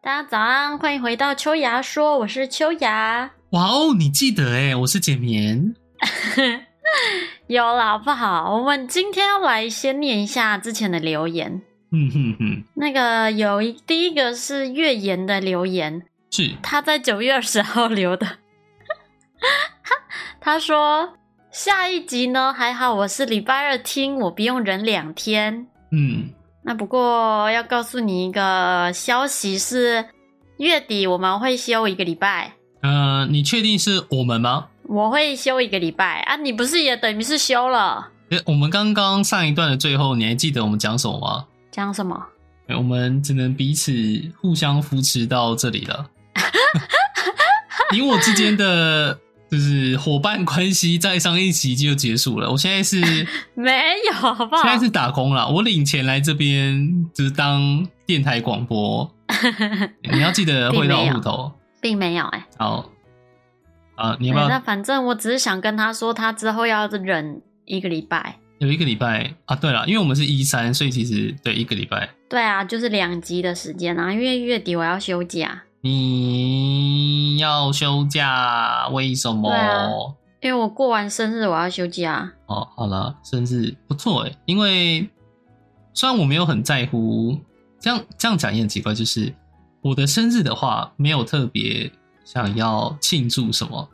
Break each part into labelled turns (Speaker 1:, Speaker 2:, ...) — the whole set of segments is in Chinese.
Speaker 1: 大家早安，欢迎回到秋芽说，我是秋芽。
Speaker 2: 哇哦，你记得哎，我是简眠。
Speaker 1: 有啦，好不好？我们今天要来先念一下之前的留言。
Speaker 2: 嗯哼哼，
Speaker 1: 那个有一第一个是月言的留言，
Speaker 2: 是
Speaker 1: 他在九月二十号留的。 他说下一集呢，还好我是礼拜二听，我不用忍两天。
Speaker 2: 嗯，
Speaker 1: 那不过要告诉你一个消息是，月底我们会休一个礼拜，
Speaker 2: 呃，你确定是我们吗？
Speaker 1: 我会休一个礼拜啊！你不是也等于是休了？
Speaker 2: 诶我们刚刚上一段的最后，你还记得我们讲什么吗？
Speaker 1: 讲什么？
Speaker 2: 诶我们只能彼此互相扶持到这里了。你我之间的就是伙伴关系，在上一集就结束了。我现在是现
Speaker 1: 没有，好不好？
Speaker 2: 在是打工了，我领钱来这边就是当电台广播。你要记得汇到
Speaker 1: 并没有
Speaker 2: 户头。
Speaker 1: 并没有哎、
Speaker 2: 好，啊，你
Speaker 1: 对
Speaker 2: 要不要
Speaker 1: 那反正我只是想跟他说，他之后要忍一个礼拜。
Speaker 2: 有一个礼拜啊，对了，因为我们是一三，所以其实对一个礼拜，
Speaker 1: 对啊，就是两集的时间啊，因为月底我要休假，
Speaker 2: 你要休假，为什么？
Speaker 1: 对啊因为我过完生日我要休假。
Speaker 2: 哦，好了，甚至不错诶，因为虽然我没有很在乎，这样这样讲也很奇怪，就是我的生日的话，没有特别想要庆祝什么，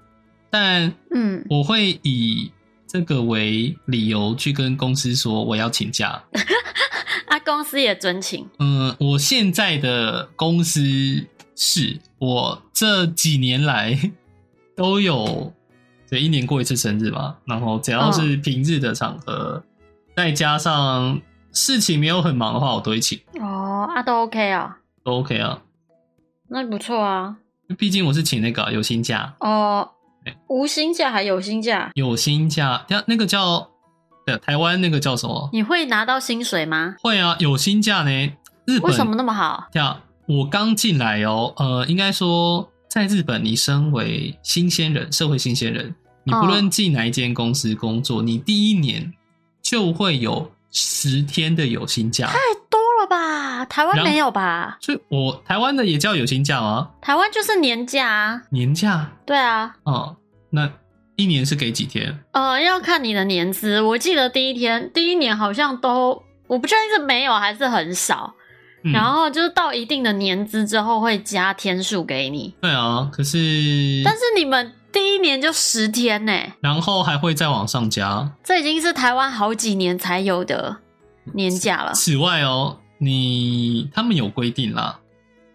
Speaker 2: 但
Speaker 1: 嗯，
Speaker 2: 我会以这个为理由去跟公司说我要请假，
Speaker 1: 啊，公司也准请。
Speaker 2: 嗯，我现在的公司是我这几年来都有，对，一年过一次生日嘛。然后只要是平日的场合，再加上事情没有很忙的话，我都会请，
Speaker 1: 哦，啊，都 OK 哦，
Speaker 2: 都 OK 啊。
Speaker 1: 那不错啊。
Speaker 2: 毕竟我是请那个啊有薪假，
Speaker 1: 哦
Speaker 2: 对，
Speaker 1: 无薪假还有薪假，
Speaker 2: 有薪假，那那个叫对台湾那个叫什么？
Speaker 1: 你会拿到薪水吗？
Speaker 2: 会啊，有薪假呢。日本
Speaker 1: 为什么那么好？
Speaker 2: 呀，我刚进来哦，呃，应该说在日本，你身为新鲜人，社会新鲜人，你不
Speaker 1: 哦
Speaker 2: 论进哪一间公司工作，你第一年就会有十天的有薪假。
Speaker 1: 太多了吧？台湾
Speaker 2: 然后
Speaker 1: 没有吧？
Speaker 2: 所以我台湾的也叫有薪假吗？
Speaker 1: 台湾就是年假啊。
Speaker 2: 年假
Speaker 1: 对啊，
Speaker 2: 哦，那一年是给几天？
Speaker 1: 呃，要看你的年资。我记得第一天、第一年好像都，我不确定是没有还是很少。
Speaker 2: 嗯
Speaker 1: 然后就是到一定的年资之后会加天数给你，
Speaker 2: 对啊，可是
Speaker 1: 但是你们第一年就十天呢、
Speaker 2: 然后还会再往上加。
Speaker 1: 这已经是台湾好几年才有的年假了。
Speaker 2: 此外哦，你他们有规定啦，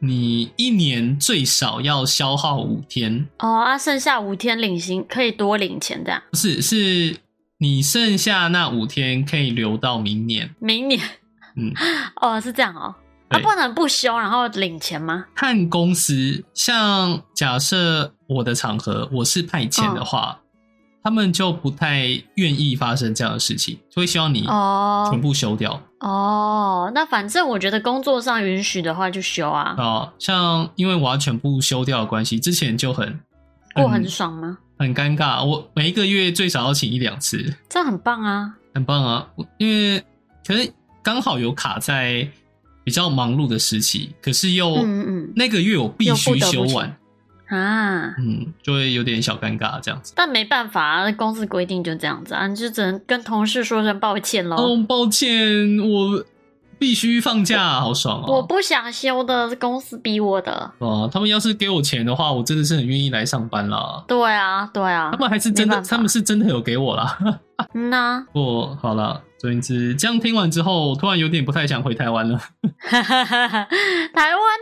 Speaker 2: 你一年最少要消耗五天，
Speaker 1: 哦，啊，剩下五天领薪可以多领钱这样。
Speaker 2: 不是是你剩下那五天可以留到明年。
Speaker 1: 明年
Speaker 2: 嗯，
Speaker 1: 哦，是这样哦。啊，
Speaker 2: 对
Speaker 1: 不能不休然后领钱吗？
Speaker 2: 看公司，像假设我的场合我是派遣
Speaker 1: 嗯
Speaker 2: 的话，他们就不太愿意发生这样的事情，就会希望你
Speaker 1: 哦
Speaker 2: 全部休掉啊、
Speaker 1: 哦，那反正我觉得工作上允许的话就休啊，
Speaker 2: 像因为我要全部休掉的关系，之前就很
Speaker 1: 过
Speaker 2: 嗯
Speaker 1: 很爽吗？
Speaker 2: 很尴尬，我每一个月最少要请一两次。
Speaker 1: 这样很棒啊。
Speaker 2: 很棒啊，因为可能刚好有卡在比较忙碌的时期，可是又、
Speaker 1: 嗯嗯
Speaker 2: 那个月我必须
Speaker 1: 又
Speaker 2: 休
Speaker 1: 不得不
Speaker 2: 完，
Speaker 1: 嗯啊，
Speaker 2: 嗯，就会有点小尴尬这样子。
Speaker 1: 但没办法啊，公司规定就这样子啊，你就只能跟同事说声抱歉喽。
Speaker 2: 哦，抱歉，我必须放假，好爽
Speaker 1: 我
Speaker 2: 哦！
Speaker 1: 不想休的，是公司逼我的。
Speaker 2: 啊，他们要是给我钱的话，我真的是很愿意来上班啦。
Speaker 1: 对啊，对啊
Speaker 2: 他，们还是真
Speaker 1: 没
Speaker 2: 的，
Speaker 1: 办法
Speaker 2: 他们是真的有给我啦。
Speaker 1: 嗯呐、
Speaker 2: 不过好啦，总而言之，这样听完之后，我突然有点不太想回台湾了。
Speaker 1: 台湾，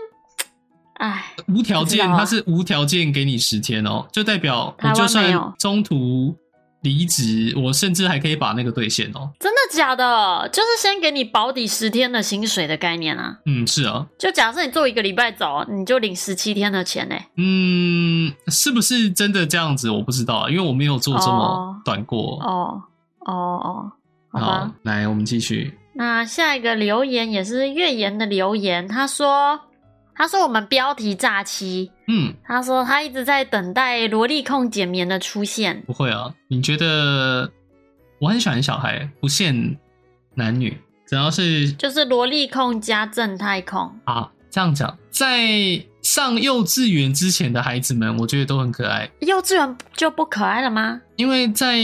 Speaker 1: 哎，
Speaker 2: 无条件，
Speaker 1: 不知道啊
Speaker 2: 他是无条件给你十天哦，就代表
Speaker 1: 台
Speaker 2: 我
Speaker 1: 湾
Speaker 2: 就
Speaker 1: 没
Speaker 2: 算
Speaker 1: 有
Speaker 2: 中途离职，我甚至还可以把那个兑现哦。
Speaker 1: 真的假的？就是先给你保底十天的薪水的概念啊。
Speaker 2: 嗯，是啊，
Speaker 1: 就假设你做一个礼拜走，你就领十七天的钱呢、
Speaker 2: 嗯，是不是真的这样子？我不知道啊，因为我没有做这么短过。
Speaker 1: 哦哦哦，好吧。
Speaker 2: 好，来，我们继续。
Speaker 1: 那下一个留言也是月言的留言，他说：“他说我们标题诈欺，
Speaker 2: 嗯，
Speaker 1: 他说他一直在等待萝莉控减棉的出现。
Speaker 2: 不会啊。你觉得我很喜欢小孩，不限男女，只要是
Speaker 1: 就是萝莉控加正太控，
Speaker 2: 啊，这样讲，在上幼稚园之前的孩子们，我觉得都很可爱，
Speaker 1: 幼稚园就不可爱了吗？
Speaker 2: 因为在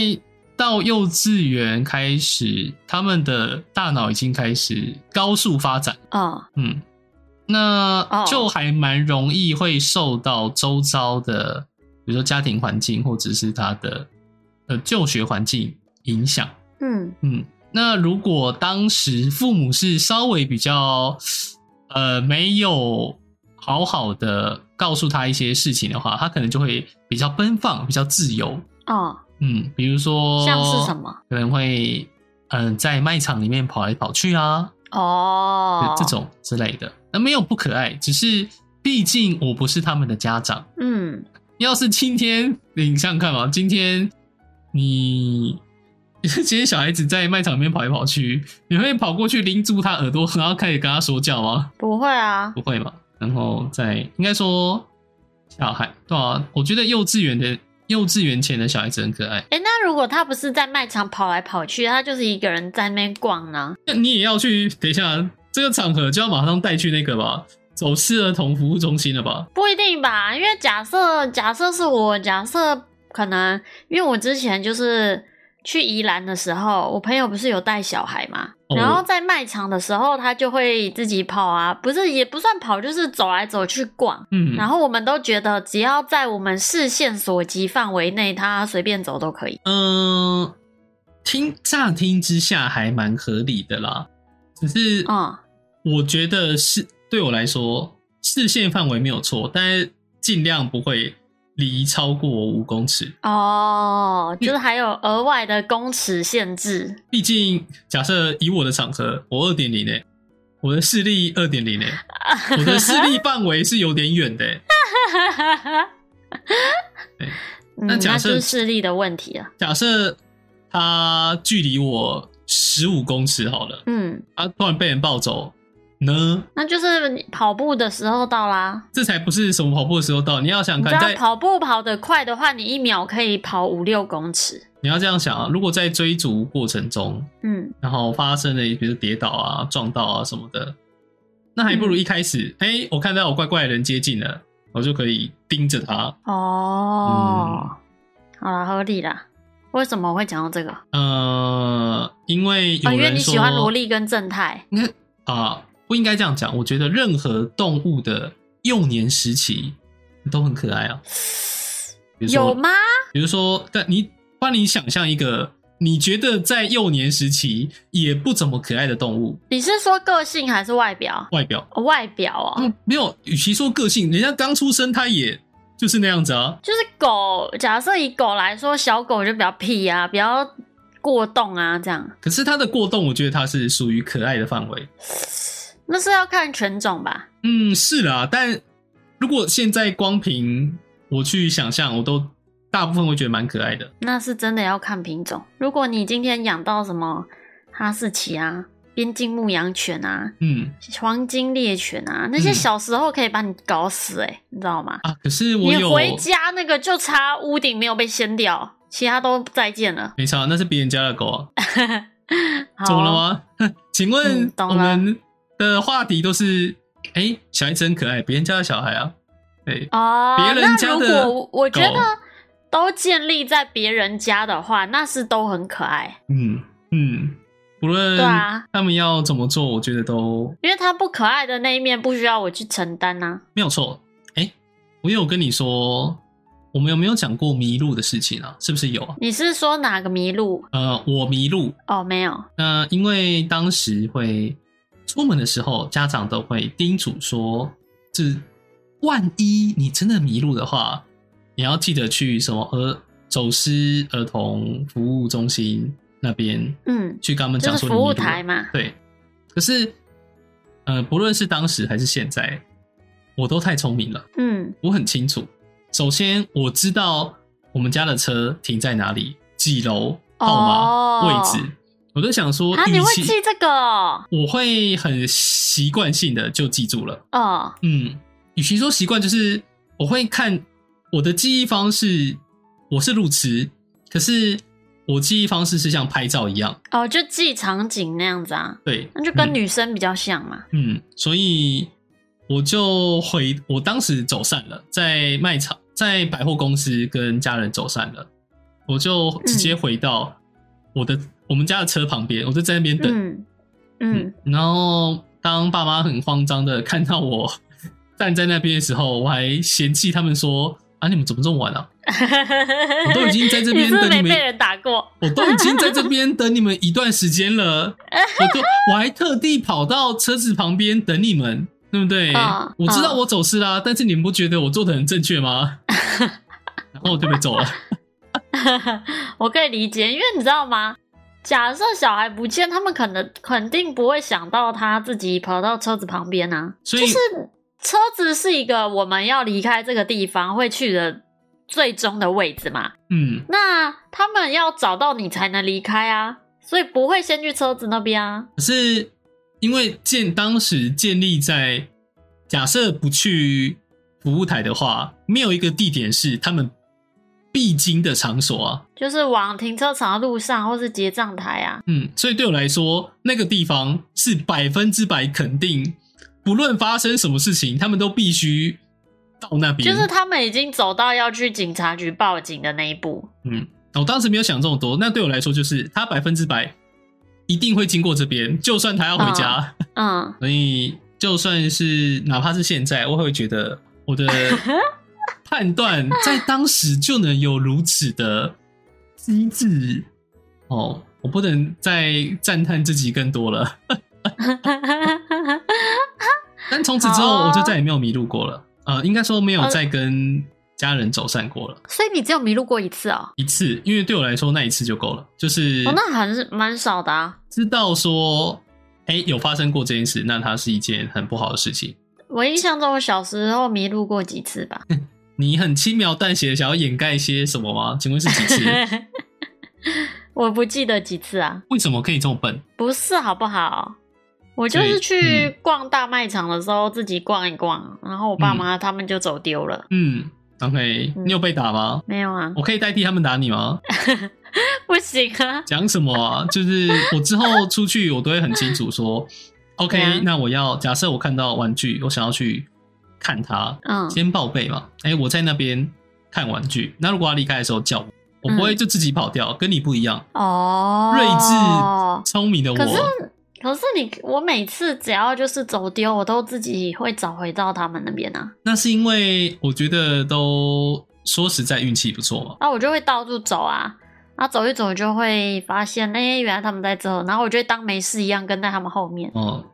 Speaker 2: 到幼稚园开始，他们的大脑已经开始高速发展，
Speaker 1: 哦，
Speaker 2: 嗯，那
Speaker 1: 哦
Speaker 2: 就还蛮容易会受到周遭的，比如说家庭环境或者是他的呃就学环境影响。
Speaker 1: 嗯
Speaker 2: 嗯，那如果当时父母是稍微比较呃没有好好的告诉他一些事情的话，他可能就会比较奔放，比较自由。
Speaker 1: 哦，
Speaker 2: 嗯，比如说
Speaker 1: 像是什么？
Speaker 2: 可能会嗯、呃在卖场里面跑来跑去啊，
Speaker 1: 哦，
Speaker 2: 这，种之类的。那没有不可爱，只是毕竟我不是他们的家长。
Speaker 1: 嗯
Speaker 2: 要是今天你想想看嘛，今天你 今天小孩子在卖场里面跑来跑去，你会跑过去拎住他耳朵，然后开始跟他说教吗？
Speaker 1: 不会啊
Speaker 2: 不，会嘛。然后再应该说小孩对啊，我觉得幼稚园的幼稚园前的小孩子很可爱，
Speaker 1: 哎、那如果他不是在卖场跑来跑去，他就是一个人在那边逛呢？
Speaker 2: 那你也要去。等一下，这个场合就要马上带去那个吧，走失儿童服务中心了吧？
Speaker 1: 不一定吧，因为假设假设是我假设可能，因为我之前就是去宜兰的时候，我朋友不是有带小孩嘛，
Speaker 2: 哦
Speaker 1: 然后在卖场的时候，他就会自己跑啊，不是也不算跑，就是走来走去逛。
Speaker 2: 嗯，
Speaker 1: 然后我们都觉得，只要在我们视线所及范围内，他随便走都可以。
Speaker 2: 嗯，听乍听之下还蛮合理的啦，只是
Speaker 1: 嗯，
Speaker 2: 我觉得是对我来说视线范围没有错，但是尽量不会离超过五公尺。
Speaker 1: 哦，就是还有额外的公尺限制。
Speaker 2: 毕竟，假设以我的场合，我二点零诶，我的视力二点零诶，我的视力范围是有点远的欸、
Speaker 1: 嗯，
Speaker 2: 对哎那
Speaker 1: 那
Speaker 2: 假
Speaker 1: 就
Speaker 2: 设
Speaker 1: 是视力的问题了。
Speaker 2: 假设他距离我十五公尺好了，
Speaker 1: 嗯，
Speaker 2: 他突然被人抱走呢？
Speaker 1: 那就是你跑步的时候到啦。
Speaker 2: 这才不是什么跑步的时候到，你要想
Speaker 1: 你知
Speaker 2: 看
Speaker 1: 道
Speaker 2: 在
Speaker 1: 跑步跑得快的话，你一秒可以跑五六公尺。
Speaker 2: 你要这样想啊，如果在追逐过程中，
Speaker 1: 嗯，
Speaker 2: 然后发生了比如跌倒啊、撞到啊什么的，那还不
Speaker 1: 嗯
Speaker 2: 如一开始，哎、我看到有怪怪的人接近了，我就可以盯着他。嗯
Speaker 1: 哦，好啦，合理啦。为什么我会讲到这个？哦，
Speaker 2: 呃，因为有
Speaker 1: 因为
Speaker 2: 人
Speaker 1: 你
Speaker 2: 说，
Speaker 1: 喜欢萝莉跟正太。
Speaker 2: 啊，不应该这样讲。我觉得任何动物的幼年时期都很可爱啊，比如说
Speaker 1: 有吗？
Speaker 2: 比如说，但你帮你想象一个你觉得在幼年时期也不怎么可爱的动物
Speaker 1: 你是说个性还是外表？
Speaker 2: 外表，
Speaker 1: 哦外表哦，
Speaker 2: 嗯，没有，与其说个性，人家刚出生他也就是那样子啊，
Speaker 1: 就是狗。假设以狗来说，小狗就比较屁啊，比较过动啊，这样。
Speaker 2: 可是他的过动，我觉得他是属于可爱的范围。
Speaker 1: 那是要看犬种吧？
Speaker 2: 嗯，是啦，但如果现在光凭我去想象，我都大部分会觉得蛮可爱的。
Speaker 1: 那是真的要看品种。如果你今天养到什么哈士奇啊、边境牧羊犬啊、
Speaker 2: 嗯
Speaker 1: 黄金猎犬啊，那些
Speaker 2: 嗯
Speaker 1: 小时候可以把你搞死哎、你知道吗？
Speaker 2: 啊，可是我
Speaker 1: 你
Speaker 2: 有
Speaker 1: 回家那个就差屋顶没有被掀掉，其他都再见了。
Speaker 2: 没差，那是别人家的狗啊，
Speaker 1: 好
Speaker 2: 懂了？吗？请问
Speaker 1: 哦嗯懂
Speaker 2: 我
Speaker 1: 了
Speaker 2: 们的话题都是，哎、小孩子很可爱，别人家的小孩啊，对，
Speaker 1: 哦，
Speaker 2: 别人家的
Speaker 1: 那如果我觉
Speaker 2: 狗
Speaker 1: 得都建立在别人家的话，那是都很可爱，
Speaker 2: 嗯嗯，不论
Speaker 1: 对啊
Speaker 2: 他们要怎么做，我觉得都
Speaker 1: 因为它不可爱的那一面不需要我去承担啊呐、
Speaker 2: 没有错。哎、我有跟你说，我们有没有讲过迷路的事情啊？是不是有啊？
Speaker 1: 你是说哪个迷路？
Speaker 2: 呃，我迷路，
Speaker 1: 哦，没有，
Speaker 2: 那、因为当时会出门的时候，家长都会叮嘱说，就是万一你真的迷路的话，你要记得去什么儿走失儿童服务中心那边
Speaker 1: 嗯，
Speaker 2: 去跟他们
Speaker 1: 就
Speaker 2: 讲
Speaker 1: 是
Speaker 2: 说你
Speaker 1: 服
Speaker 2: 迷路
Speaker 1: 务
Speaker 2: 了
Speaker 1: 台嘛。
Speaker 2: 对，可是，呃，不论是当时还是现在，我都太聪明了。
Speaker 1: 嗯，
Speaker 2: 我很清楚。首先，我知道我们家的车停在哪里，几楼、号码、
Speaker 1: 哦
Speaker 2: 位置。我就想说，
Speaker 1: 啊，你
Speaker 2: 与
Speaker 1: 会
Speaker 2: 其
Speaker 1: 记这个哦？
Speaker 2: 我会很习惯性的就记住了。
Speaker 1: 哦
Speaker 2: 嗯，与其说习惯，就是我会看我的记忆方式，我是路痴，可是我记忆方式是像拍照一样。
Speaker 1: 哦，就记场景那样子啊，
Speaker 2: 对，
Speaker 1: 那就跟
Speaker 2: 嗯
Speaker 1: 女生比较像嘛。
Speaker 2: 嗯，所以我就回，我当时走散了，在卖场，在百货公司跟家人走散了，我就直接回到我的、我们家的车旁边，我就在那边等。
Speaker 1: 嗯嗯，
Speaker 2: 然后当爸妈很慌张的看到我 站在那边的时候，我还嫌弃他们说：“啊，你们怎么这么晚啊？ 嗯我都已经在这边
Speaker 1: 你是不是
Speaker 2: 等
Speaker 1: 没
Speaker 2: 你
Speaker 1: 被
Speaker 2: 们，
Speaker 1: 人打过？
Speaker 2: 我都已经在这边等你们一段时间了，我 都我还特地跑到车子旁边等你们。”对不对？
Speaker 1: 嗯
Speaker 2: 我知道我走失啦，但是你们不觉得我做的很正 确吗？然后我就被揍了。
Speaker 1: 我可以理解，因为你知道吗？假设小孩不见，他们可能肯定不会想到他自己跑到车子旁边啊。
Speaker 2: 所
Speaker 1: 就
Speaker 2: 以
Speaker 1: 是车子是一个我们要离开这个地方会去的最终的位置嘛。
Speaker 2: 嗯，
Speaker 1: 那他们要找到你才能离开啊，所以不会先去车子那边啊。
Speaker 2: 可是因为建当时建立在假设不去服务台的话，没有一个地点是他们必经的场所啊。
Speaker 1: 就是往停车场的路上，或是结账台啊。
Speaker 2: 嗯，所以对我来说，那个地方是百分之百肯定，不论发生什么事情，他们都必须到那边。
Speaker 1: 就是他们已经走到要去警察局报警的那一 步。
Speaker 2: 嗯，我当时没有想这么多。那对我来说，就是他百分之百一定会经过这边，就算他要回家。
Speaker 1: 嗯，
Speaker 2: 所以就算是哪怕是现在，我也会觉得 我的判断在当时就能有如此的机智哦，我不能再赞叹自己更多了。但从此之
Speaker 1: 好
Speaker 2: 后，
Speaker 1: 啊
Speaker 2: 我就再也没有迷路过了。呃，应该说没有再跟家人走散过了
Speaker 1: 所以你只有迷路过一次哦。
Speaker 2: 一次，因为对我来说那一次就够了，就是
Speaker 1: 哦，那还是蛮少的啊。
Speaker 2: 知道说，哎、有发生过这件事，那它是一件很不好的事情。
Speaker 1: 我印象中，我小时候迷路过几次吧。
Speaker 2: 你很轻描淡写的想要掩盖一些什么吗？请问是 几次？
Speaker 1: 我不记得几次啊，
Speaker 2: 为什么可以这么笨？
Speaker 1: 不是好不好？我就是去
Speaker 2: 嗯
Speaker 1: 逛大卖场的时候，自己逛一逛，然后我爸妈他们就走丢了。
Speaker 2: 嗯，OK，
Speaker 1: 嗯
Speaker 2: 你有被打吗？
Speaker 1: 没有啊，
Speaker 2: 我可以代替他们打你吗？
Speaker 1: 不行啊，
Speaker 2: 讲什么啊？ 就是我之后出去，我都会很清楚说，OK，、
Speaker 1: 对啊
Speaker 2: 那我要假设我看到玩具，我想要去看它，
Speaker 1: 嗯
Speaker 2: 先报备嘛。哎、我在那边看玩具，那如果要离开的时候叫我，我不会就自己跑掉，跟你不一样，
Speaker 1: 嗯哦，
Speaker 2: 睿智聪明的
Speaker 1: 可是
Speaker 2: 我，
Speaker 1: 可是你，我每次只要就是走丢，我都自己会找回到他们那边啊。
Speaker 2: 那是因为我觉得都说实在运气不错嘛。
Speaker 1: 然啊后我就会到处走啊，然后走一走我就会发现，哎、原来他们在这，然后我就会当没事一样跟在他们后面。
Speaker 2: 哦，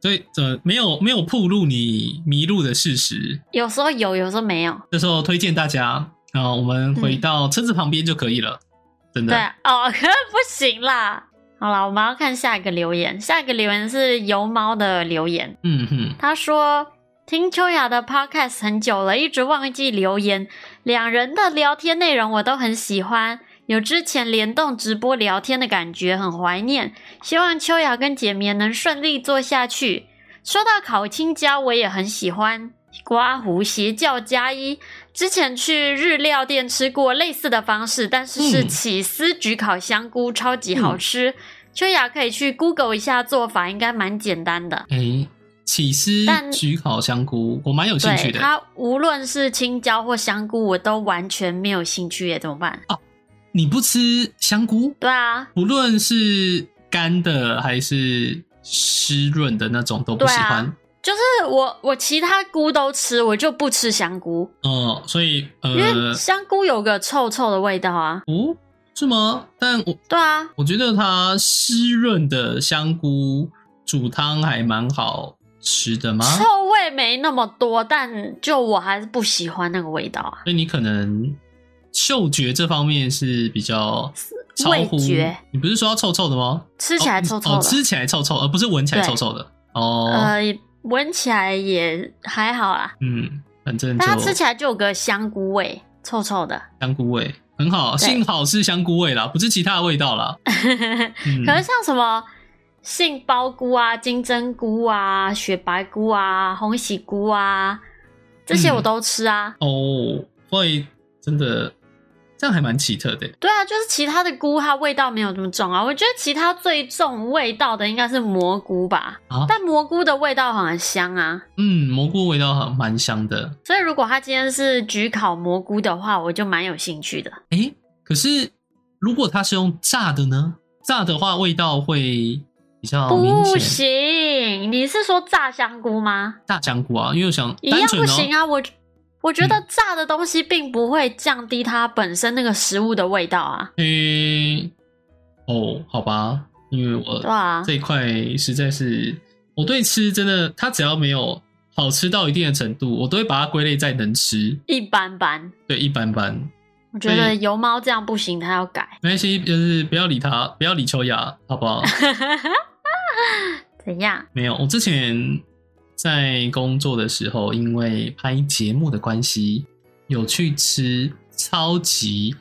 Speaker 2: 所以呃，没有没有暴露你迷路的事实。
Speaker 1: 有时候有，有时候没有。
Speaker 2: 这时候推荐大家啊、呃我们回到车子旁边就可以了，真的。
Speaker 1: 对啊，哦， 可不行啦。好啦，我们要看下一个留言，下一个留言是油猫的留言，
Speaker 2: 嗯哼，
Speaker 1: 他说。听秋雅的 podcast 很久了，一直忘记留言。两人的聊天内容我都很喜欢，有之前联动直播聊天的感觉，很怀念。希望秋雅跟姐妹能顺利做下去。说到烤青椒，我也很喜欢。刮胡邪教加一，之前去日料店吃过类似的方式，但是是
Speaker 2: 嗯
Speaker 1: 起司焗烤香菇，超级好吃。秋雅可以去 Google 一下做法，应该蛮简单的。
Speaker 2: 哎、起司
Speaker 1: 但
Speaker 2: 焗烤香菇，我蛮有兴趣
Speaker 1: 对
Speaker 2: 的。
Speaker 1: 它，无论是青椒或香菇，我都完全没有兴趣耶，怎么办？
Speaker 2: 哦你不吃香菇，
Speaker 1: 对啊，
Speaker 2: 不论是干的还是湿润的那种都不
Speaker 1: 对
Speaker 2: 喜
Speaker 1: 啊
Speaker 2: 欢。
Speaker 1: 就是我我其他菇都吃，我就不吃香菇，
Speaker 2: 哦，所以
Speaker 1: 因为
Speaker 2: 呃，
Speaker 1: 香菇有个臭臭的味道啊。
Speaker 2: 哦，是吗？但我
Speaker 1: 对啊，
Speaker 2: 我觉得它湿润的香菇煮汤还蛮好吃的吗？所
Speaker 1: 臭味没那么多，但就我还是不喜欢那个味道啊。
Speaker 2: 以你可能嗅觉这方面是比较超乎
Speaker 1: 味觉。
Speaker 2: 你不是说要臭臭的吗？
Speaker 1: 吃起来臭臭的，
Speaker 2: 哦，吃起来臭臭，而不是闻起来
Speaker 1: 对
Speaker 2: 臭臭的。哦，
Speaker 1: 呃，闻起来也还好啦，
Speaker 2: 嗯，反正就
Speaker 1: 但它吃起来就有个香菇味，臭臭的。
Speaker 2: 香菇味很好，
Speaker 1: 对
Speaker 2: 幸好是香菇味啦，不是其他的味 道啦。嗯
Speaker 1: 可是像什么杏鲍菇啊、金针菇啊、雪白菇啊、红喜菇啊，这些
Speaker 2: 嗯
Speaker 1: 我都吃啊。
Speaker 2: 哦，所以真的这样还蛮奇特的。
Speaker 1: 对啊，就是其他的菇它味道没有这么重啊。我觉得其他最重味道的应该是蘑菇吧，
Speaker 2: 啊
Speaker 1: 但蘑菇的味道很香啊。
Speaker 2: 嗯，蘑菇味道还蛮香的。
Speaker 1: 所以如果它今天是焗烤蘑菇的话，我就蛮有兴趣的。
Speaker 2: 诶，可是如果它是用炸的呢？炸的话味道会比较哦明
Speaker 1: 不
Speaker 2: 显。
Speaker 1: 行，你是说炸香菇吗？
Speaker 2: 炸香菇啊，因为我想
Speaker 1: 一
Speaker 2: 单
Speaker 1: 样
Speaker 2: 纯
Speaker 1: 不
Speaker 2: 哦，嗯
Speaker 1: 行啊，我我觉得炸的东西并不会降低它本身那个食物的味道啊，
Speaker 2: 诶、哦，好吧，因为
Speaker 1: 对
Speaker 2: 我
Speaker 1: 啊，
Speaker 2: 这一块实在是，我对吃真的，它只要没有好吃到一定的程度，我都会把它归类在能吃，
Speaker 1: 一般般。
Speaker 2: 对，一般般。
Speaker 1: 我觉
Speaker 2: 所
Speaker 1: 得
Speaker 2: 以
Speaker 1: 油猫这样不行，它要改。
Speaker 2: 没关系，就是不要理他，不要理秋雅，好不好？
Speaker 1: 怎样？
Speaker 2: 没有，我之前在工作的时候，因为拍节目的关系，有去吃超级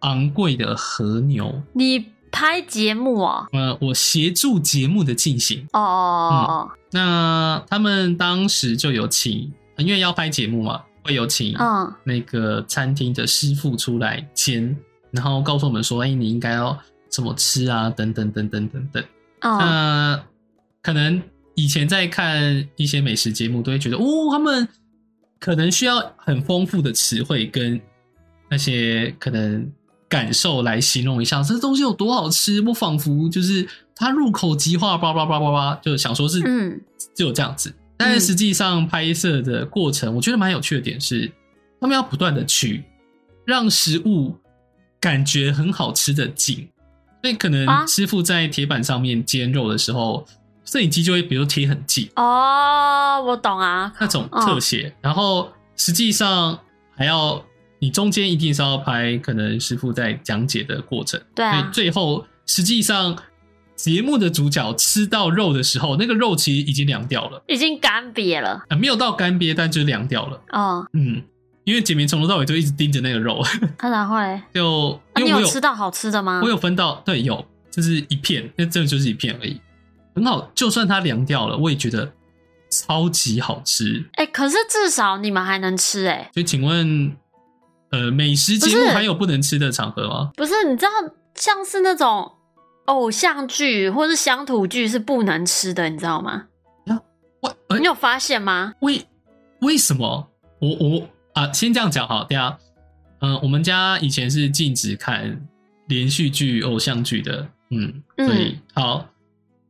Speaker 2: 昂贵的和牛。
Speaker 1: 你拍节目哦？
Speaker 2: 呃，我协助节目的进行，
Speaker 1: 哦哦
Speaker 2: 那他们当时就有请，因为要拍节目嘛，会有请
Speaker 1: 哦，哦
Speaker 2: 那个餐厅的师傅出来煎，然后告诉我们说，哎、你应该要怎么吃啊，等等等等等等。
Speaker 1: 嗯嗯，
Speaker 2: 那可能以前在看一些美食节目，都会觉得，哦，他们可能需要很丰富的词汇跟那些呃可能感受来形容一下这东西有多好吃。我仿佛就是它入口即化，叭叭叭叭叭，就想说是
Speaker 1: 嗯
Speaker 2: 只有这样子。但是实际上拍摄的过程，我觉得蛮有趣的点是，他们要不断的去让食物感觉很好吃的景。所以可
Speaker 1: 啊
Speaker 2: 能师傅在铁板上面煎肉的时候，摄影机就会比如贴很近
Speaker 1: 哦，我懂啊。
Speaker 2: 那种特写，然后实际上还要你中间一定是要拍可能师傅在讲解的过程。
Speaker 1: 对
Speaker 2: 所以
Speaker 1: 啊，
Speaker 2: 最后实际上节目的主角吃到肉的时候，那个肉其实已经凉掉了。
Speaker 1: 已经干瘪了。
Speaker 2: 啊，没有到干瘪，但就是凉掉了。
Speaker 1: 哦，
Speaker 2: 嗯，因为姐妹从头到尾就一直盯着那个肉，
Speaker 1: 啊、然后嘞，
Speaker 2: 就
Speaker 1: 啊、
Speaker 2: 因
Speaker 1: 你
Speaker 2: 为我
Speaker 1: 有
Speaker 2: 有,、
Speaker 1: 吃到好吃的吗？
Speaker 2: 我有分到，对，有就是一片，那真的就是一片而已，很好。就算它凉掉了，我也觉得超级好吃。
Speaker 1: 哎、可是至少你们还能吃哎、
Speaker 2: 所以请问，呃，美食节
Speaker 1: 不
Speaker 2: 目
Speaker 1: 是
Speaker 2: 还有不能吃的场合吗？
Speaker 1: 不是，你知道像是那种偶像剧或是乡土剧是不能吃的，你知道吗？
Speaker 2: 为呃
Speaker 1: 你有发现吗？
Speaker 2: 为为什么？我我啊，先这样讲好，对啊，嗯、我们家以前是禁止看连续剧、偶像剧的，嗯，
Speaker 1: 嗯
Speaker 2: 所以好，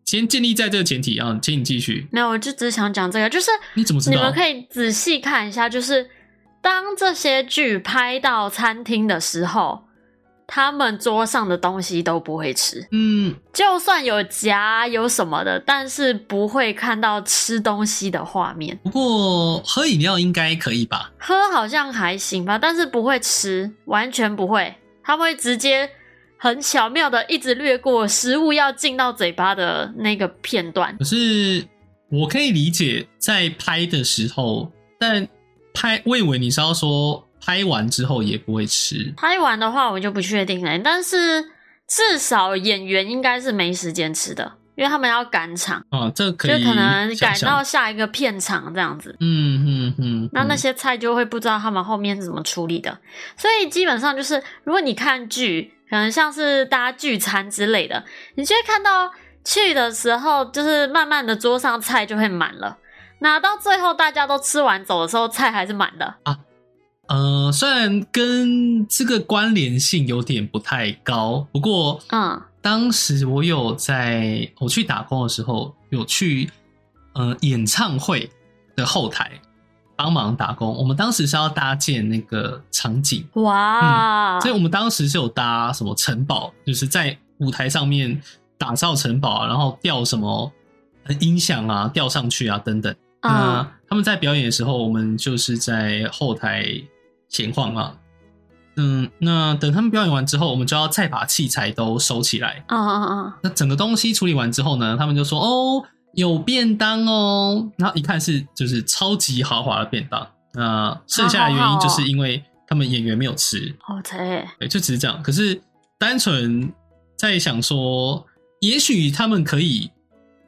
Speaker 2: 先建立在这个前提啊，请你继续。
Speaker 1: 没有，我就只想讲这个，就是
Speaker 2: 你怎么知
Speaker 1: 你
Speaker 2: 道？
Speaker 1: 们可以仔细看一下，就是当这些剧拍到餐厅的时候，他们桌上的东西都不会吃，
Speaker 2: 嗯，
Speaker 1: 就算有夹有什么的，但是不会看到吃东西的画面。
Speaker 2: 不过喝饮料应该可以吧？
Speaker 1: 喝好像还行吧，但是不会吃，完全不会。他们会直接很巧妙的一直略过食物要进到嘴巴的那个片段
Speaker 2: 可。是我可以理解在拍的时候，但拍我以为你是要说拍完之后也不会吃，
Speaker 1: 拍完的话我就不确定了，但是至少演员应该是没时间吃的，因为他们要赶场，
Speaker 2: 啊，这可
Speaker 1: 就
Speaker 2: 以
Speaker 1: 可能
Speaker 2: 想
Speaker 1: 赶
Speaker 2: 象
Speaker 1: 到下一个片场这样子。
Speaker 2: 嗯嗯嗯，
Speaker 1: 那那
Speaker 2: 嗯
Speaker 1: 些菜就会不知道他们后面是怎么处理的，所以基本上就是，如果你看剧，可能像是大家聚餐之类的，你就会看到去的时候，就是慢慢的桌上菜就会满了，那到最后大家都吃完走的时候，菜还是满的。
Speaker 2: 呃，虽然跟这个关联性有点不太高，不过
Speaker 1: 嗯，
Speaker 2: 当时我有在我去打工的时候，有去呃演唱会的后台帮忙打工。我们当时是要搭建那个场景，
Speaker 1: 哇，
Speaker 2: 嗯所以我们当时是有搭什么城堡，就是在舞台上面打造城堡啊，然后吊什么呃音响啊，吊上去啊等等。
Speaker 1: 嗯
Speaker 2: 那他们在表演的时候，我们就是在后台闲晃嘛。嗯，那等他们表演完之后，我们就要再把器材都收起来。
Speaker 1: 嗯嗯嗯
Speaker 2: 那整个东西处理完之后呢，他们就说：“哦，有便当哦。”然后一看是就是超级豪华的便当。那剩下的原因就是因为他们演员没有吃，
Speaker 1: 嗯，OK，
Speaker 2: 对，就只是这样。可是单纯在想说，也许他们可以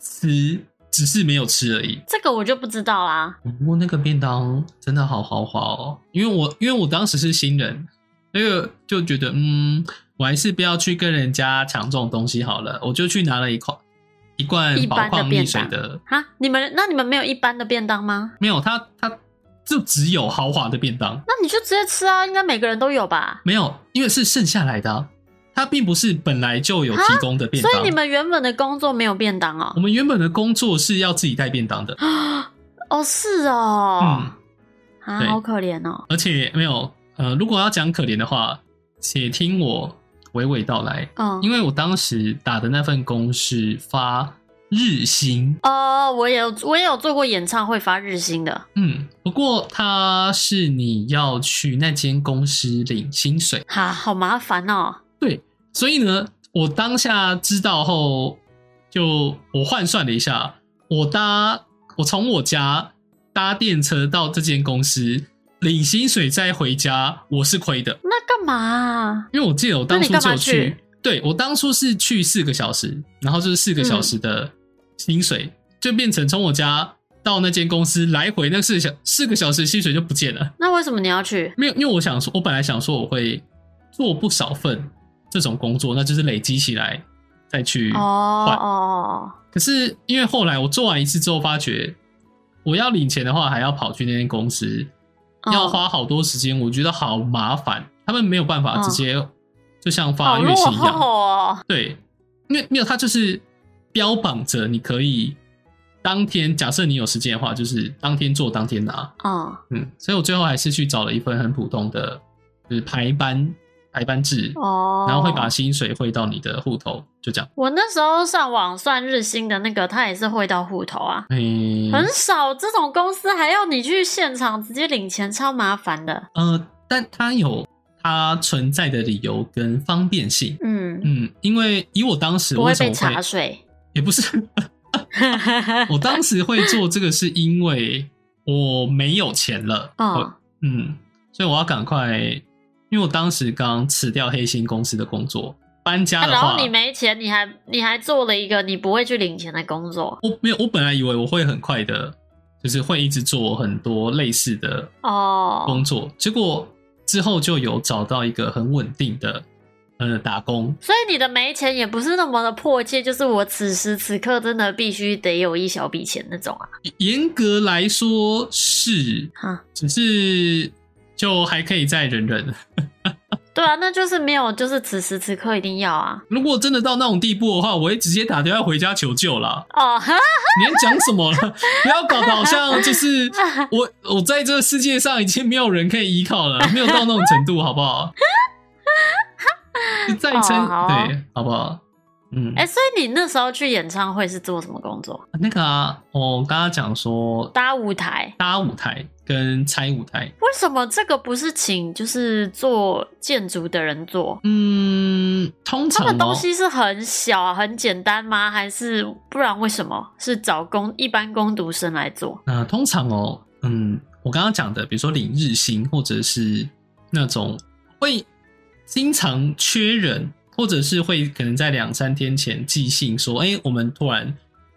Speaker 2: 吃，只是没有吃而已。
Speaker 1: 这个我就不知道啦。
Speaker 2: 不过那个便当真的好豪华哦，因为我因为我当时是新人，所因为就觉得嗯，我还是不要去跟人家抢这种东西好了，我就去拿了一块一罐
Speaker 1: 一
Speaker 2: 宝
Speaker 1: 般的
Speaker 2: 矿
Speaker 1: 便
Speaker 2: 蜜水
Speaker 1: 当
Speaker 2: 的，
Speaker 1: 哈，你们那你们没有一般的便当吗？
Speaker 2: 没有，它它就只有豪华的便当，
Speaker 1: 那你就直接吃啊，应该每个人都有吧？
Speaker 2: 没有，因为是剩下来的啊、它并不是本来就有提供的便
Speaker 1: 啊所
Speaker 2: 当。
Speaker 1: 以你们原本的工作没有便当
Speaker 2: 我
Speaker 1: 哦？
Speaker 2: 们原本的工作是要自己带便当的，
Speaker 1: 哦，是哦，
Speaker 2: 嗯，
Speaker 1: 啊，
Speaker 2: 对
Speaker 1: 好可怜哦。
Speaker 2: 而且没有，呃，如果要讲可怜的话，且听我娓娓道来，
Speaker 1: 嗯，
Speaker 2: 因为我当时打的那份工是发日薪，
Speaker 1: 哦，我也有我也有做过演唱会发日薪的，
Speaker 2: 嗯，不过它是你要去那间公司领薪水，
Speaker 1: 哈，好麻烦哦。
Speaker 2: 对，所以呢，我当下知道后，就我换算了一下，我搭我从我家搭电车到这间公司领薪水再回家，我是亏的，
Speaker 1: 那干嘛啊？
Speaker 2: 因为我记得我当
Speaker 1: 那
Speaker 2: 初
Speaker 1: 你干
Speaker 2: 就
Speaker 1: 嘛
Speaker 2: 有
Speaker 1: 去
Speaker 2: 对我当初是去四个小时，然后就是四个
Speaker 1: 嗯
Speaker 2: 小时的薪水，就变成从我家到那间公司来回那四个小四个小时薪水就不见了。
Speaker 1: 那为什么你要去？
Speaker 2: 没有，因为我想说，我本来想说我会做不少份这种工作，那就是累积起来再去
Speaker 1: 哦
Speaker 2: 嗯换。
Speaker 1: 哦，
Speaker 2: 可是因为后来我做完一次之后，发觉我要领钱的话，还要跑去那间公司，
Speaker 1: 哦
Speaker 2: 要花好多时间，我觉得好麻烦。他们没有办法
Speaker 1: 嗯
Speaker 2: 直接就像发
Speaker 1: 好
Speaker 2: 月
Speaker 1: 落
Speaker 2: 薪一样，
Speaker 1: 后哦。
Speaker 2: 对，因为没有他就是标榜着你可以当天，假设你有时间的话，就是当天做当天拿。
Speaker 1: 嗯，
Speaker 2: 嗯，所以我最后还是去找了一份很普通的，就是排班排班制，
Speaker 1: 哦，
Speaker 2: 然后会把薪水汇到你的户头，就这样。
Speaker 1: 我那时候上网算日薪的那个，他也是汇到户头啊，
Speaker 2: 嗯、
Speaker 1: 很少这种公司还要你去现场直接领钱，超麻烦的。
Speaker 2: 呃，但它有它存在的理由跟方便性。
Speaker 1: 嗯，
Speaker 2: 嗯，因为以我当时
Speaker 1: 不会
Speaker 2: 为什么
Speaker 1: 被
Speaker 2: 会
Speaker 1: 查 水。
Speaker 2: 也不是，我当时会做这个是因为我没有钱了。
Speaker 1: 嗯
Speaker 2: 我嗯，所以我要赶快，因为我当时刚辞掉黑心公司的工作，搬家
Speaker 1: 啊
Speaker 2: 的
Speaker 1: 然
Speaker 2: 话，
Speaker 1: 后你没钱，你还你还做了一个你不会去领钱的工作
Speaker 2: 我没有，我本来以为我会很快的，就是会一直做很多类似的
Speaker 1: 哦，
Speaker 2: 工作，结果之后就有找到一个很稳定的呃打工，
Speaker 1: 所以你的没钱也不是那么的迫切，就是我此时此刻真的必须得有一小笔钱那种啊。
Speaker 2: 严格来说是，
Speaker 1: 哈，
Speaker 2: 只是就还可以再忍忍。
Speaker 1: 对啊，那就是没有，就是此时此刻一定要啊。
Speaker 2: 如果真的到那种地步的话，我会直接打电话回家求救啦。
Speaker 1: 哦， 哈，
Speaker 2: 你在讲什么了？不要搞得好像 就是我，我在这个世界上已经没有人可以依靠了，没有到那种程度，好不 好？就再撑、
Speaker 1: 哦好啊
Speaker 2: 对，好不好？嗯，
Speaker 1: 哎、所以你那时候去演唱会是做什么工作？
Speaker 2: 那个啊，我刚刚讲说
Speaker 1: 搭舞台。
Speaker 2: 搭舞台跟拆舞台，
Speaker 1: 为什么这个不是请就是做建筑的人做？
Speaker 2: 嗯，通
Speaker 1: 他
Speaker 2: 常、哦、
Speaker 1: 们东西是很小、啊、很简单吗？还是不然为什么是找工一般工读生来做？
Speaker 2: 那通常哦，嗯，我刚刚讲的，比如说领日薪，或者是那种会经常缺人，或者是会可能在两三天前寄信说，哎、我们突然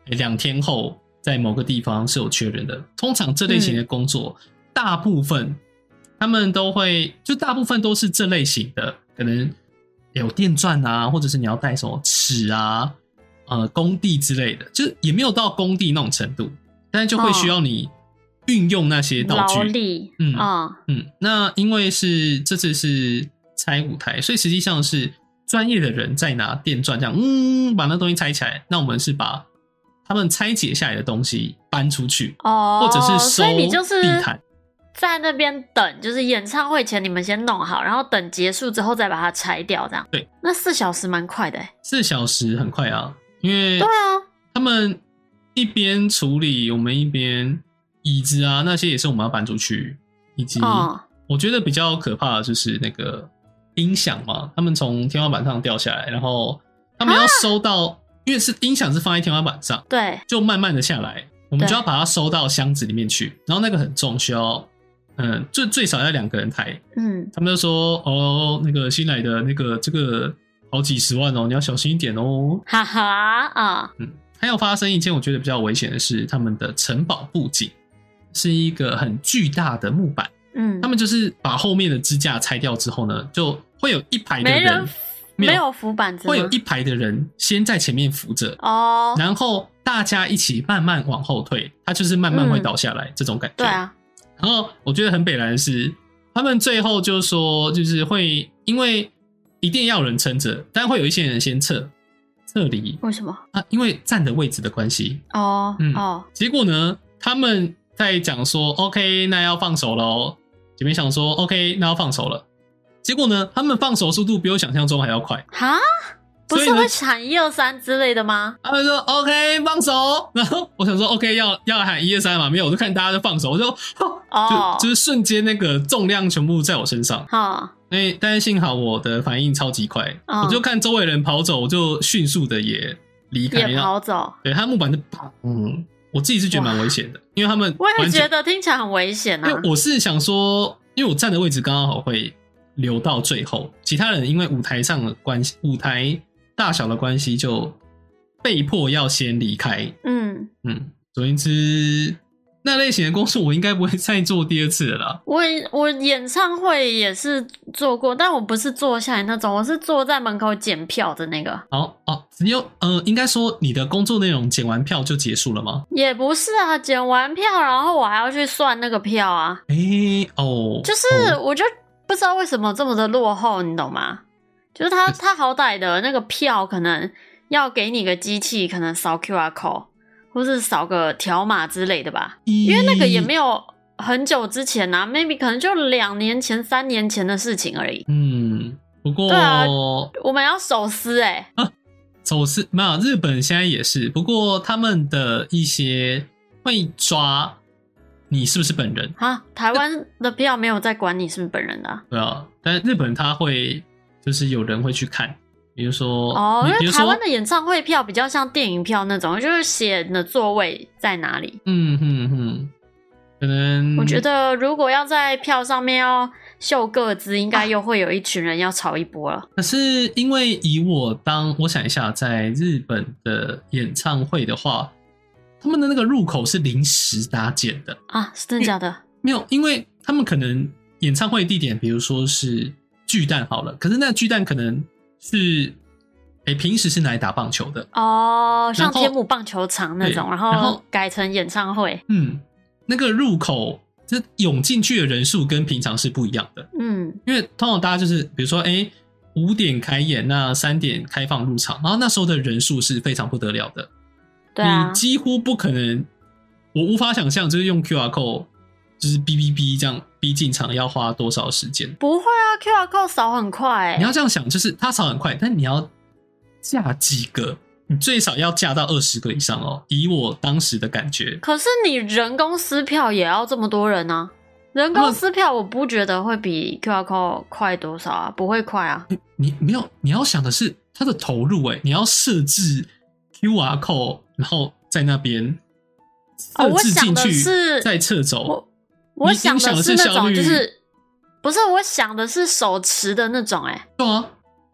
Speaker 2: 诶两天后在某个地方是有缺人的。通常这类型的工作，大部分他们都会，就大部分都是这类型的，可能有电钻啊，或者是你要带什么尺啊，呃，工地之类的，就是也没有到工地那种程度，但是就会需要你运用那些道具。
Speaker 1: 嗯劳力，
Speaker 2: 嗯
Speaker 1: 嗯
Speaker 2: 嗯，那因为是这次是拆舞台，所以实际上是专业的人在拿电钻这样，嗯，把那东西拆起来。那我们是把他们拆解下来的东西搬出去，
Speaker 1: 哦，
Speaker 2: 或者是收
Speaker 1: 所以你就是
Speaker 2: 地毯
Speaker 1: 在那边等，就是演唱会前你们先弄好，然后等结束之后再把它拆掉，这样。
Speaker 2: 对，
Speaker 1: 那四小时蛮快的、欸。
Speaker 2: 四小时很快啊，因为
Speaker 1: 对啊，
Speaker 2: 他们一边处理，我们一边椅子啊那些也是我们要搬出去，以及
Speaker 1: 嗯，
Speaker 2: 我觉得比较可怕的就是那个音响嘛，他们从天花板上掉下来，然后他们要收到，因为是音响是放在天花板上，
Speaker 1: 对，
Speaker 2: 就慢慢的下来，我们
Speaker 1: 对
Speaker 2: 就要把它收到箱子里面去，然后那个很重，需要嗯，最最少要两个人抬。
Speaker 1: 嗯，
Speaker 2: 他们就说哦，那个新来的那个这个好几十万哦，你要小心一点哦。
Speaker 1: 哈哈啊，
Speaker 2: 嗯，还有发生一件我觉得比较危险的是，他们的城堡布景是一个很巨大的木板，
Speaker 1: 嗯
Speaker 2: 他，们就是把后面的支架拆掉之后呢，就会有一排的
Speaker 1: 没人
Speaker 2: 没
Speaker 1: 没
Speaker 2: 有
Speaker 1: 有浮板子吗，
Speaker 2: 会有一排的人先在前面扶着，
Speaker 1: 哦，
Speaker 2: 然后大家一起慢慢往后退，他就是慢慢会
Speaker 1: 嗯
Speaker 2: 倒下来、这种感觉。
Speaker 1: 对啊，
Speaker 2: 然后我觉得很北蓝的是，他们最后就说，就是会因为一定要有人撑着，但会有一些人先撤撤离
Speaker 1: 为什么？
Speaker 2: 啊，因为站的位置的关系。
Speaker 1: 哦、
Speaker 2: 嗯
Speaker 1: 哦，
Speaker 2: 结果呢，他们在讲说，OK，那要放手喽。姐妹想说，OK，那要放手了。结果呢，他们放手速度比我想象中还要快。
Speaker 1: 哈，不
Speaker 2: 所
Speaker 1: 是
Speaker 2: 以呢
Speaker 1: 会喊一二三之类的吗？
Speaker 2: 他们说 OK 放手， 然后我想说 OK 要要喊一二三嘛，没有，我就看大家就放手，我就、
Speaker 1: 哦，
Speaker 2: 就就是瞬间那个重量全部在我身上。
Speaker 1: 哈，
Speaker 2: 那、但是幸好我的反应超级快，
Speaker 1: 嗯
Speaker 2: 我就看周围人跑走，我就迅速的也离开
Speaker 1: 也
Speaker 2: 了。
Speaker 1: 跑走。
Speaker 2: 对，他木板就啪，嗯，我自己是觉得蛮危险的，因为他们
Speaker 1: 我也
Speaker 2: 完全
Speaker 1: 觉，得听起来很危险啊
Speaker 2: 因。为我是想说，因为我站的位置刚刚好会留到最后，其他人因为舞台上的关系，舞台大小的关系就被迫要先离开。
Speaker 1: 嗯，
Speaker 2: 嗯，总而言之，那类型的工作我应该不会再做第二次了啦。
Speaker 1: 我我演唱会也是做过，但我不是坐下来那种，我是坐在门口检票的那个。
Speaker 2: 好哦，你有呃，应该说你的工作内容检完票就结束了吗？
Speaker 1: 也不是啊，检完票，然后我还要去算那个票啊，
Speaker 2: 诶、哦，
Speaker 1: 就是
Speaker 2: 哦
Speaker 1: 我就不知道为什么这么的落后，你懂吗？就是
Speaker 2: 嗯
Speaker 1: 他他好歹的那个票可能要给你个机器，可能扫 QR code 或是扫个条码之类的吧，因为那个也没有很久之前呐、啊、，maybe 可能就两年前、三年前的事情而已。
Speaker 2: 嗯，不过
Speaker 1: 对啊我们要手撕哎、
Speaker 2: 啊走私没有，日本现在也是，不过他们的一些会抓你是不是本人，
Speaker 1: 欸、啊！台湾的票没有在管你是不是本人的啊、
Speaker 2: 对啊，但日本他会就是有人会去看，比如说
Speaker 1: 哦，
Speaker 2: 你
Speaker 1: 因为
Speaker 2: 比如
Speaker 1: 台
Speaker 2: 说
Speaker 1: 湾的演唱会票比较像电影票那种，就是写你的座位在哪里。
Speaker 2: 嗯哼哼，可能
Speaker 1: 我觉得如果要在票上面要秀个子，应该又会有一群人要吵一波了。
Speaker 2: 可是因为以我当我想一下，在日本的演唱会的话，他们的那个入口是临时搭建的，
Speaker 1: 啊，是真的假的？
Speaker 2: 没有，因为他们可能演唱会地点，比如说是巨蛋好了，可是那个巨蛋可能是，诶、平时是拿来打棒球的，
Speaker 1: 哦，像
Speaker 2: 然后
Speaker 1: 天母棒球场那种，
Speaker 2: 对
Speaker 1: 然
Speaker 2: 然
Speaker 1: 后
Speaker 2: 后
Speaker 1: 改成演唱会。
Speaker 2: 嗯，那个入口这涌进去的人数跟平常是不一样的，
Speaker 1: 嗯
Speaker 2: 因为通常大家就是比如说，诶、五点开演，那三点开放入场，然后那时候的人数是非常不得了的，
Speaker 1: 对啊
Speaker 2: 你，几乎不可能，我无法想象，就是用 QR code，就是哔哔哔这样逼进场要花多少时间。
Speaker 1: 不会啊，QR code 扫很快、
Speaker 2: 你
Speaker 1: 欸
Speaker 2: 要。这样想，就是它扫很快，但你要架几个，你最少要架到二十个以上哦。以我当时的感觉，
Speaker 1: 可是你人工撕票也要这么多人呢、人
Speaker 2: 他
Speaker 1: 工
Speaker 2: 们
Speaker 1: 撕票我不觉得会比 QR code 快多少啊，不会快啊。
Speaker 2: 你没有，你要想的是它的投入、欸诶，你要设置 QR code，然后在那边
Speaker 1: 哦
Speaker 2: 设
Speaker 1: 我
Speaker 2: 置
Speaker 1: 想
Speaker 2: 进
Speaker 1: 的
Speaker 2: 去，
Speaker 1: 是
Speaker 2: 再撤走
Speaker 1: 我。我
Speaker 2: 你
Speaker 1: 想
Speaker 2: 你想
Speaker 1: 的
Speaker 2: 的
Speaker 1: 是
Speaker 2: 是
Speaker 1: 那
Speaker 2: 效
Speaker 1: 种
Speaker 2: 率
Speaker 1: 就是不是我想的是手持的那种哎、
Speaker 2: 对啊，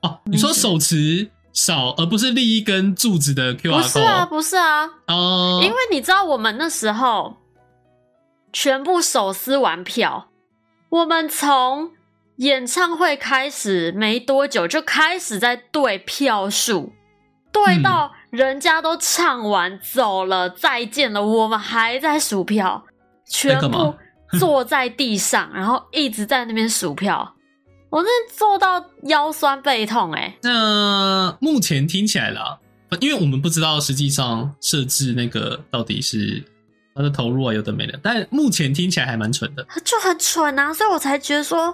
Speaker 2: 哦，你说
Speaker 1: 理解
Speaker 2: 手持少，而不是立一根柱子的 QR
Speaker 1: 不
Speaker 2: code，
Speaker 1: 是啊，不是啊，
Speaker 2: 哦，
Speaker 1: 因为你知道我们那时候全部手撕完票，我们从演唱会开始没多久就开始在对票数，对
Speaker 2: 嗯
Speaker 1: 到人家都唱完走了，再见了，我们还在数票，全
Speaker 2: 哎干嘛
Speaker 1: 部坐在地上，然后一直在那边数票，我那坐到腰酸背痛哎、欸
Speaker 2: 那目前听起来啦，因为我们不知道实际上设置那个到底是它的投入啊，有的没的，但目前听起来还蛮蠢的。
Speaker 1: 就很蠢啊，所以我才觉得说，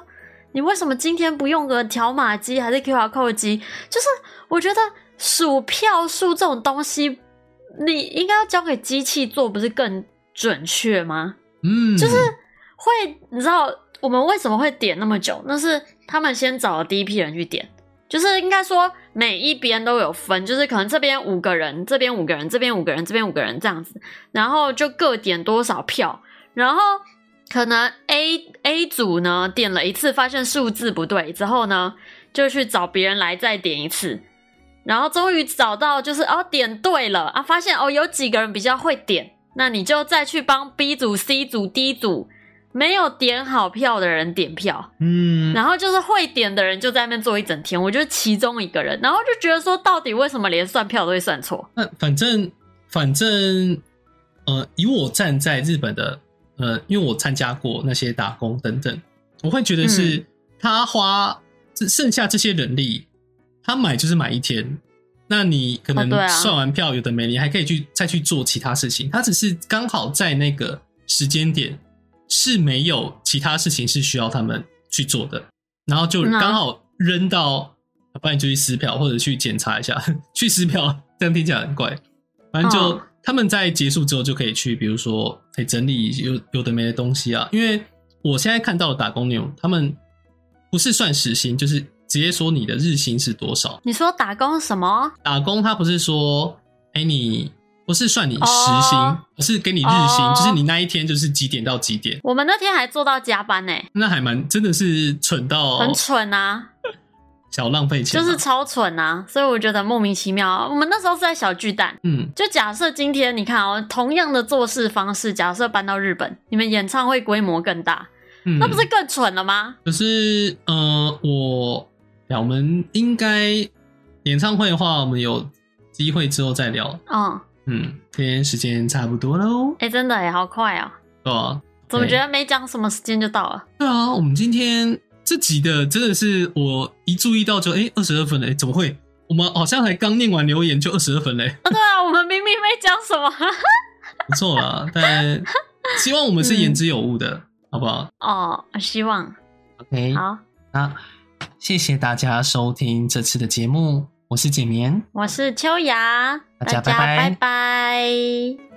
Speaker 1: 你为什么今天不用个条码机还是 QR code 机？就是我觉得数票数这种东西，你应该要交给机器做，不是更准确吗？
Speaker 2: 嗯，就是
Speaker 1: 会，你知道我们为什么会点那么久？那是他们先找了第一批人去点，就是应该说每一边都有分，就是可能这边五个人，这边五个人，这边五个人，这边五个人这样子，然后就各点多少票，然后可能 A A 组呢点了一次，发现数字不对之后呢，就去找别人来再点一次。然后终于找到，就是哦点对了啊，发现哦有几个人比较会点，那你就再去帮 B 组、C 组、D 组没有点好票的人点票，
Speaker 2: 嗯，
Speaker 1: 然后就是会点的人就在那边坐一整天，我就是其中一个人，然后就觉得说，到底为什么连算票都会算错？
Speaker 2: 那反正反正呃，以我站在日本的呃，因为我参加过那些打工等等，我会觉得
Speaker 1: 嗯
Speaker 2: 是他花这剩下这些人力，他买就是买一天。那你可能
Speaker 1: 哦对啊
Speaker 2: 算完票，有的没，你还可以去再去做其他事情。他只是刚好在那个时间点是没有其他事情是需要他们去做的，然后就
Speaker 1: 嗯啊
Speaker 2: 刚好扔到，不然你就去撕票或者去检查一下， 去撕票，这样听起来很怪。反正就、
Speaker 1: 嗯
Speaker 2: 他们在结束之后就可以去，比如说可以整理有有的没的东西啊。因为我现在看到的打工牛，他们不是算时薪，就是直接说你的日薪是多少。
Speaker 1: 你说打工什么？
Speaker 2: 打工他不是说，哎、你不是算你时薪，
Speaker 1: 哦
Speaker 2: 而是给你日薪，
Speaker 1: 哦
Speaker 2: 就是你那一天就是几点到几点，
Speaker 1: 我们那天还做到加班呢、
Speaker 2: 那还蛮真的是蠢到
Speaker 1: 很蠢啊，
Speaker 2: 小浪费钱、
Speaker 1: 就
Speaker 2: 啊，
Speaker 1: 是超蠢啊，所以我觉得莫名其妙啊。我们那时候是在小巨蛋，
Speaker 2: 嗯，
Speaker 1: 就假设今天你看哦，同样的做事方式，假设搬到日本，你们演唱会规模更大，
Speaker 2: 嗯
Speaker 1: 那不是更蠢了吗？
Speaker 2: 可是，呃，我呀，我们应该演唱会的话，我们有机会之后再聊。
Speaker 1: 嗯，
Speaker 2: 嗯，今天时间差不多喽，
Speaker 1: 哎、真的哎、好快哦、
Speaker 2: 对吧？
Speaker 1: 怎么觉得没讲什么时间就到了？
Speaker 2: 对啊，我们今天这集的真的是我一注意到就哎，二十二分嘞，怎么会？我们好像才刚念完留言就二十二分嘞，
Speaker 1: 啊，对啊，我们明明没讲什么。
Speaker 2: 不错啦。 但希望我们是
Speaker 1: 嗯
Speaker 2: 言之有物的，好不好
Speaker 1: 哦，希望
Speaker 2: ？OK，
Speaker 1: 好。
Speaker 2: 那谢谢大家收听这次的节目，我是简眠。
Speaker 1: 我是秋雅，
Speaker 2: 大家
Speaker 1: 大家
Speaker 2: 拜拜
Speaker 1: 拜拜